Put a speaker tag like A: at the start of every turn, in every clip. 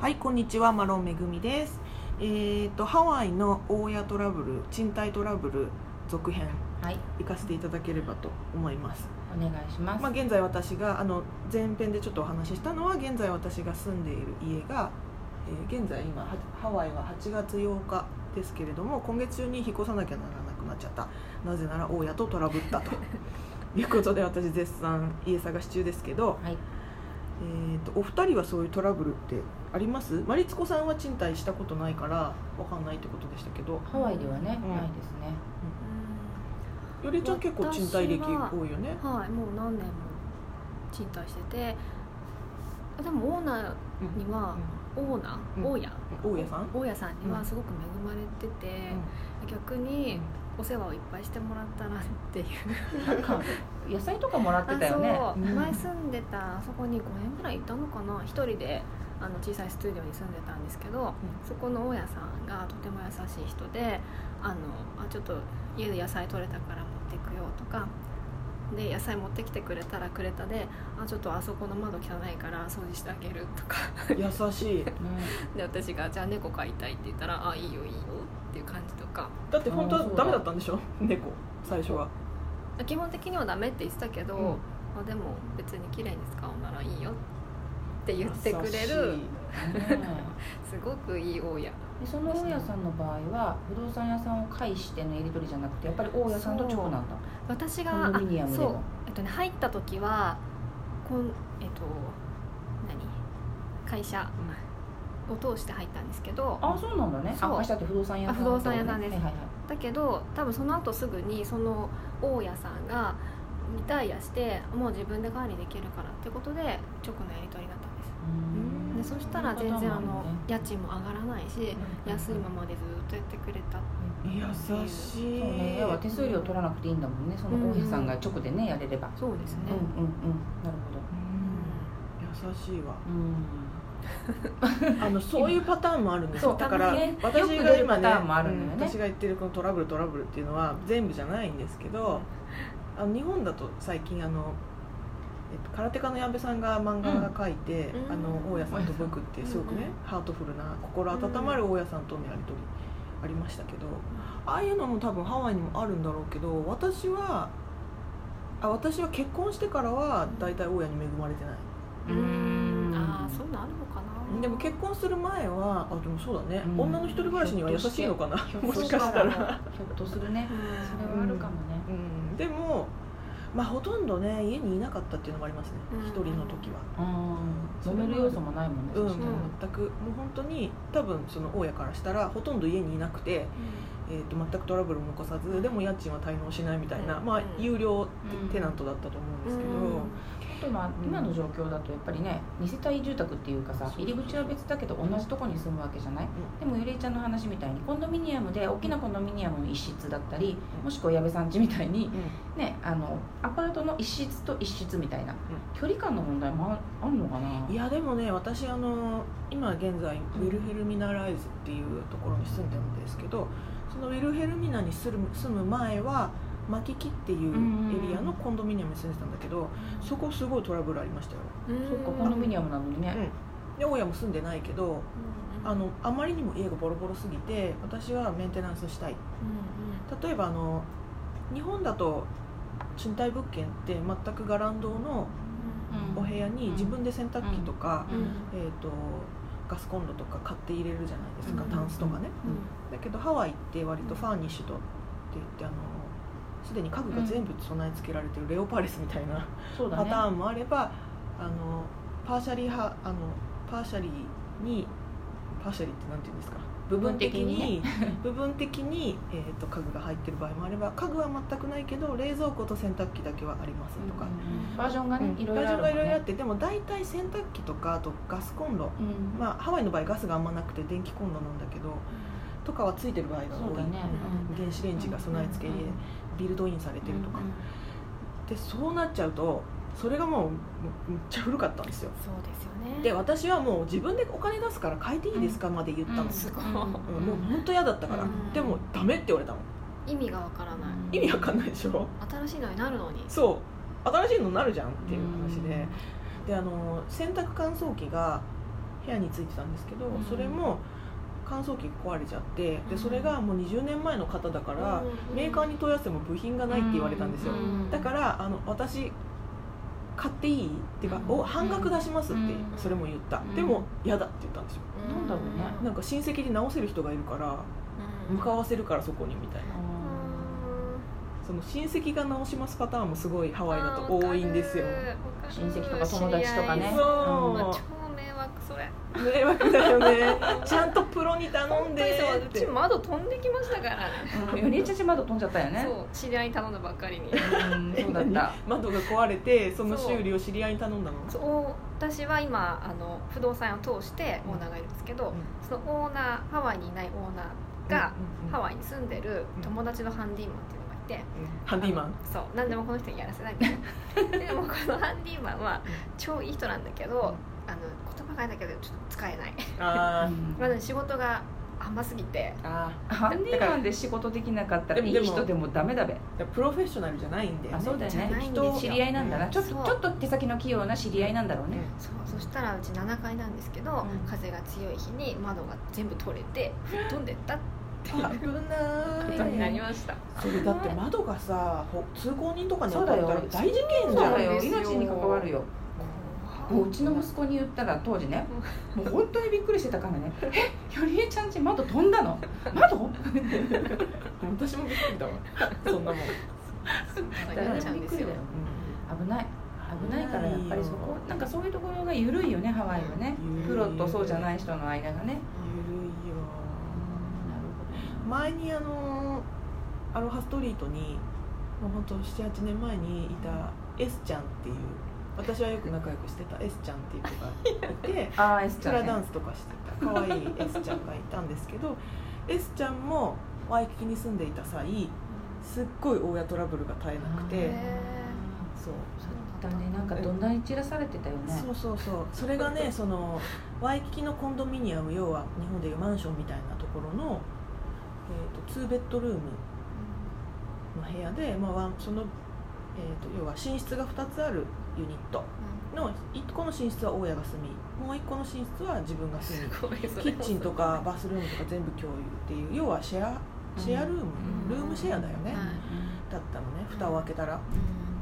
A: はいこんにちはマロンめぐみですえー、とハワイの大家トラブル賃貸トラブル続編
B: はい、
A: 行かせていただければと思います
B: お願いします。
A: まあ、現在私があの前編でちょっとお話ししたのは現在私が住んでいる家が、えー現在今はハワイは8月8日ですけれども今月中に引っ越さなきゃならなくなっちゃったなぜなら大家とトラブったということで私絶賛家探し中ですけど、
B: はい、
A: えー、とお二人はそういうトラブルってありますマリツコさんは賃貸したことないからわかんないってことでしたけど、
B: ハワイではね、
A: うん
B: ないですね。
A: よりちゃん結構賃貸歴多いよね、
C: はいもう何年も賃貸しててでもオーナーには、オーナー、
A: うん
C: 大家
A: うん大家さん、
C: 大家さんに
A: う
C: は
A: ん
C: すごく恵まれてて、逆
A: う
C: に
A: ん
C: お世話をいっぱいしてもらったなっていう
B: なんか野菜とかもらってたよね。
C: あそう
A: うん
C: 前住んでたあそこに5年ぐらいいたのかな一人であの小さいスタジオに住んでたんですけど、そこの大家さんがとても優しい人であのあちょっと家で野菜取れたから持っていくよとかで野菜持ってきてくれたらくれたであちょっとあそこの窓汚いから掃除してあげるとか
A: 優しい
B: うん
C: で私が「じゃあ猫飼いたい」って言ったら「あいいよいいよ」っていう感じとか
A: だって本当
B: あ
A: は
B: ーそう
A: ダ
B: だ
A: メだったんでしょ猫最初は
C: 基本的にはダメって言ってたけど、
A: うん
C: まあ、でも別に綺麗に使うならいいよって言ってくれる
B: ね
C: すごくいい大家
B: でその大家さんの場合は不動産屋さんを介してのやり取りじゃなくてやっぱり大家さんと長男だ
C: 私
B: コ
C: が
B: ンドミニアムで
C: あそう
B: も
C: えっとね入った時はこんえっと何会社を通して入ったんですけど
B: あそうなんだねあ
C: そう
B: 会社って不動産屋さん
C: あ不動産屋さんです
B: はいはいはい
C: だけど多分その後すぐにその大家さんがリタイアしてもう自分で管理できるからってことで直のやり取りだったんです
B: うん
C: でそしたら全然あの
B: そう
C: 家賃も上がらないし安いままでずっとやってくれた
A: 優しい
B: そうね要は手数料取らなくていいんだもんねその大家さんが直でねやれれば
C: そうですね
B: うんうんうんなるほ
A: う
B: ど
A: ん優しいわ
B: うん
A: あのそういうパターンもあるんですよ
B: そう
A: だから
B: たまにね
A: 私
B: よく
A: が
B: 出る
A: 今
B: パ
A: ね
B: ターンもあるのよね
A: うん私が言ってるこのトラブルトラブルっていうのは全部じゃないんですけどあの日本だと最近あの、えっと、空手家の矢部さんが漫画を描いて、
C: うん
A: あの大家さんと僕ってすごくね、
C: うんうん
A: ハートフルな心温まる大家さんとのやり取りありましたけど、ああいうのも多分ハワイにもあるんだろうけど私はあ私は結婚してからは大体大家に恵まれてない。
C: うんああそういうのあるのかな
A: でも結婚する前はあでもそうだね、
B: うん
A: 女の一人暮らしには優しいのかな
B: ひょっ
A: も
B: と
A: しかしたら、
B: ひょっとするね
C: うん
B: それはあるかもね
A: うん、でもまあほとんどね家にいなかったっていうのもありますね
C: うん
A: 一、人の時は
B: うん飲める要素もないもんね
A: うん、
B: そしたらね
A: 全くもう本当に多分その大家からしたらほとんど家にいなくて、えー、と全くトラブルも起こさずでも家賃は滞納しないみたいな、
C: うん
A: まあ
C: うん
A: 有料
B: うん
A: テナントだったと思うんですけど、
B: あとまあ
A: うん
B: 今の状況だとやっぱりね二世帯住宅っていうかさ
A: そう
B: 入り口は別だけど同じとこに住むわけじゃない、
A: ん
B: でもゆりえちゃんの話みたいにコンドミニアムで大きなコンドミニアムの一室だったりもしくは矢部さん家みたいにねあのアパートの一室と一室みたいな、距離感の問題もああるのかない
A: やでもね私あの今現在ウィルヘルミナライズっていうところに住んでるんですけどそのウィルヘルミナに住む住む前はマキキっていうエリアのコンドミニアムに住んでたんだけどそこすごいトラブルありましたよ、
C: うん
B: そっかコンドミニアムなのにね、
A: うん、で大家も住んでないけどあのあまりにも家がボロボロすぎて私はメンテナンスしたい例えばあの日本だと賃貸物件って全くガランドのお部屋に自分で洗濯機とか、
B: うん
A: えー、とガスコンロとか買って入れるじゃないですか、
C: うん
A: タンスとかね、
B: うん
A: だけどハワイって割とファーニッシュドって言ってあのすでに家具が全部備え付けられてるレオパレスみたいな
B: そうだ
A: パ
B: ね
A: ターンもあれば、あのパーシャリーはあのパーシャリーにパーシャリーってなんて言うんですか部分的に 部分的に、えー、と家具が入ってる場合もあれば家具は全くないけど冷蔵庫と洗濯機だけはありますとか、
B: うんバージョンがね、いろいろ
A: バージョン
B: あるも
A: が
B: ん
A: いろいろあっ
B: ね
A: てでも大体洗濯機とかあとガスコンロ
B: うん
A: まあ、ハワイの場合ガスがあんまなくて電気コンロなんだけどとかはついてる場合が
B: そ
A: 多
B: う
A: い、
B: だね、
A: うん原子レンジが備え付けで
B: うんうん
A: ビルドインされてるとか、でそうなっちゃうとそれがもうむむっちゃ古かったんですよ
C: そうですよね
A: で私はもう自分でお金出すから変えていいですかまで言ったの、
B: うん
C: すごい
A: うんもう本当嫌だったから、
C: うん
A: でもダメって言われたの
C: 意味がわからない
A: 意味わかんないでしょ
C: 新しいのになるのに
A: そう新しいのになるじゃんっていう話で、であの洗濯乾燥機が部屋についてたんですけど、
B: うん
A: それも乾燥機壊れちゃってでそれがもう20年前の方だから、メーカーに問い合わせても部品がないって言われたんですよ、
B: うん
A: だからあの私買っていいっていうか、
B: うん
A: お半額出しますって
D: うん
A: それも言った、
B: ん
A: でも嫌だって言ったんですよ
B: なんだろうね
A: なんか親戚で直せる人がいるから
D: うん
A: 向かわせるからそこにみたいな
B: あ
A: その親戚が直しますパターンもすごいハワイだと多いんですよ
B: ー親戚とか友達とかね
A: そう
B: うん
C: 超迷惑それ
A: 迷惑だよねちゃんとプロに頼んでっ
C: 本当にそううち
A: て
C: 窓飛んできましたから
B: うんよりえちゃち窓飛んじゃったよね
C: そう知り合いに頼んだばっかりに
B: うんそうだった
A: 窓が壊れてその修理を知り合いに頼んだの
C: そう私は今あの不動産屋を通してオーナーがいるんですけど、
A: うん
C: そのオーナーハワイにいないオーナーが、
A: うんうん
C: ハワイに住んでる友達のハンディーマンっていうのがいて、
A: ハンディーマン
C: そう何でもこの人にやらせないみたいな でもこのハンディーマンは超いい人なんだけどあの言葉がだけどちょっと使えない、
A: あー
B: うん
C: まだ仕事が甘すぎて
A: あ
B: ハンディーマンで仕事できなかったら
A: でも
B: いい
A: でも
B: 人でもダメだべ
A: ープロフェッショナルじゃないんで
B: あそうだよ
C: じゃ
B: ね
C: ないん
A: 人を
C: です
B: 知
C: よ
B: り合いなんだなちょっと
C: そう
B: ちょっと手先の器用な知り合いなんだろうね
C: そうそしたらうち7階なんですけど、
B: うん
C: 風が強い日に窓が全部取れて吹っ飛んでったって
A: 危ない
C: ことになりました
A: それだって窓がさほ通行人とかに当
B: そう
A: た
B: だ
A: った
B: よ
A: ら大事件
B: そう
A: じゃん
B: だよ
C: そうなんです
B: 命
C: よ
B: に関わるよもううちの息子に言ったら当時ねもう本当にびっくりしてたからね「えよりえちゃんち窓飛んだの窓?」
A: 私もびっくり だわそんなもん
C: 誰々ちゃんです
B: だ
C: よ
B: よ危ない危ないからやっぱりそこなんかそういうところが緩いよねハワイはね
A: 緩い
B: プロとそうじゃない人の間がね
A: ゆるいよ
B: なるほど
A: 前にあのアロハストリートにもうほんと78年前にいた S ちゃんっていう私はよく仲良くしてた S ちゃんっていう子がい て
B: ああ S ち
A: フ
B: ゃ
A: ラ
B: ん
A: ダン
B: ね
A: スとかしてた可愛い S ちゃんがいたんですけど S ちゃんもワイキキに住んでいた際すっごい親トラブルが絶えなく
B: へ
A: て
B: ー
A: そう
B: そうだねなんかどんなに散らされてたよね
A: そうそうそうそれがね そのワイキキのコンドミニアム要は日本でいうマンションみたいなところの、えー、と2ベッドルームの部屋で、まあワン、その、えー、と要は寝室が2つあるユニットの1個の寝室は大家が住みもう1個の寝室は自分が住み
C: すごいそれ
A: キッチンとかバスルームとか全部共有っていう要はシェアシェアルーム、
B: うん
A: ルームシェアだよね、
C: はい
A: だったのね蓋を開けたら、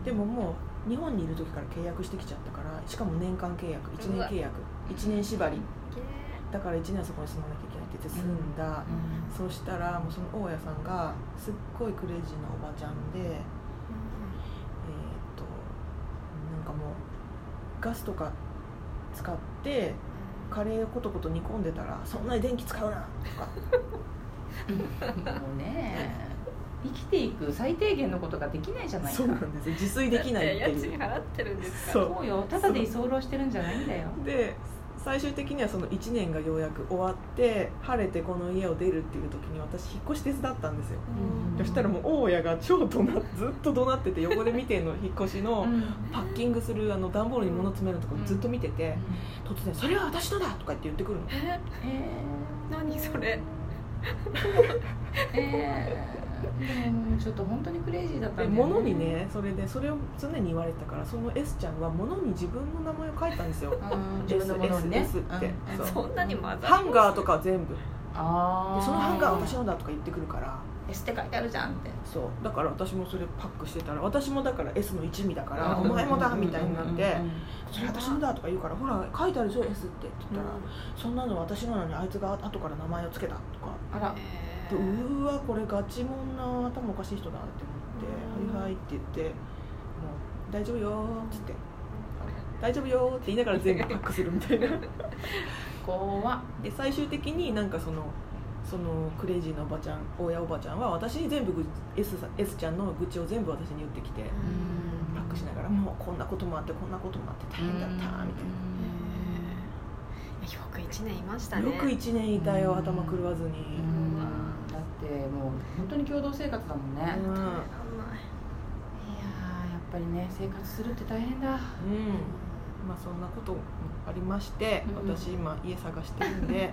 A: でももう日本にいる時から契約してきちゃったからしかも年間契約1年契約1年縛りだから1年はそこに住まなきゃいけないって言って住んだ、
B: うん
A: そうしたらもうその大家さんがすっごいクレイジーなおばちゃんでえーっとなんかもうガスとか使ってカレーをコトコト煮込んでたら「そんなに電気使うな」とか
B: もうね生きていく最低限のことができないじゃない か
A: そうなんですよ自炊できないって
C: だって家
A: い
C: 賃
A: う
C: 払ってるんですから
A: そう
B: そうよただで居候してるんじゃないんだよ
A: で最終的にはその1年がようやく終わって晴れてこの家を出るっていう時に私引っ越し手伝ったんですよ
B: うん
A: そしたらもう大家が超怒鳴っずっと怒鳴ってて横で見てんの引っ越しのパッキングするあの段ボールに物詰めるとこずっと見てて突然「それは私のだ!」とか言って言ってくるの
C: え何それ
B: えー えーでもちょっと本当にクレイジーだった
A: で
B: んだよ
A: 物にねそれでそれを常に言われてたからその S ちゃんは物に自分の名前を書いたん ですよ
B: うん自分のものにね
A: S S って
B: うん
A: そう
C: そんなに混ざる
A: ハンガーとかは全部で
B: ああ
A: そのハンガーは私のだとか言ってくるから
B: エスって書いてあるじゃんって
A: そうだから私もそれパックしてたら私もだから S の一味だから「
B: う
A: お
B: ん
A: 前もだ」みたいになっ
B: うん
A: て「それ私のだ」とか言うから「ほら書いてあるでしょ S って」って言ったら「そんなの私のなのにあいつが後から名前を付けた」とか
B: あら
A: でうーわこれガチもんな頭おかしい人だって思って「
C: うん
A: はいはい」って言って「もう大丈夫よ」っつって「大丈夫よ」って言いながら全部パックするみたい な
B: 怖っ
A: で最終的になんかそのそのクレイジーなおばちゃん親おばちゃんは私に全部ぐ S, さ S ちゃんの愚痴を全部私に言ってきてパックしながらもうこんなこともあってこんなこともあって大変だったみたいな
C: よく1年いましたね
A: よく1年いたよ
B: うん
A: 頭狂わずに
B: うんだってもう本当に共同生活だもんねいや
A: うん、うん
B: ーやっぱりね生活するって大変だ
A: まあそんなこともありまして
B: うん
A: 私今家探してるんで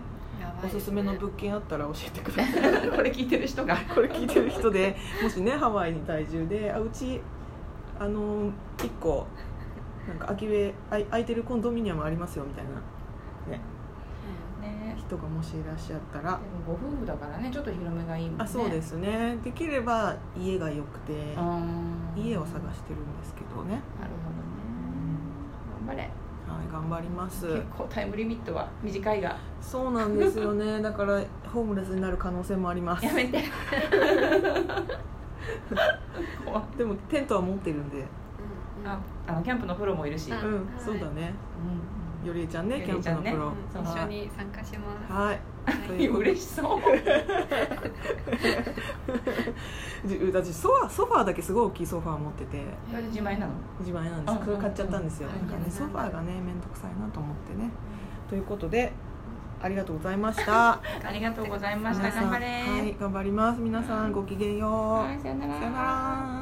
A: おすすめの
C: ブ
A: 物件あったら教えてください
B: これ聞いてる人が
A: これ聞いてる人でもしねハワイに体重であうちあの1個なんか空き部屋あい空いてるコンドミニアムありますよみたいな人がもしいらっしゃったら、
B: ご夫婦だからねちょっと広めがいいもんね
A: あそうですすねできれば家が良くて家を探してるんですけどね、
B: なるほどね頑張れ
A: はい、頑張ります
B: 結構タイムリミットは短いが
A: そうなんですよねだからホームレスになる可能性もあります
B: やめて怖い
A: でもテントは持ってるんで、
C: うんうん
B: ああのキャンプのプロもいるし、
C: あ
A: うん
C: はい
A: そうだね
B: うん
A: よりえちゃんね
B: よ
A: キ
B: り
A: ャ
B: え
A: ン
B: ちゃん
A: プ
B: ね
A: のプロ、
C: うん
A: は
C: 一
A: い
C: 緒に参加します。
A: はい
C: はい
A: と
B: い
A: い
B: や
A: うことで
B: 嬉し そう
A: じ 私ソファソファーだけすごい大きいソファー持ってて
B: それ自前なの
A: 自前なんです
B: うんうんうん
A: 買っちゃったんですよ、
B: はい
A: なんかね、
C: はい
A: ソファーがね面倒くさいなと思ってねということでありがとうございました
B: あ りがとうございました
A: 皆さん
B: 頑張れ
A: はい頑張ります皆さんごきげんよう、
B: はいさよな
A: さよなら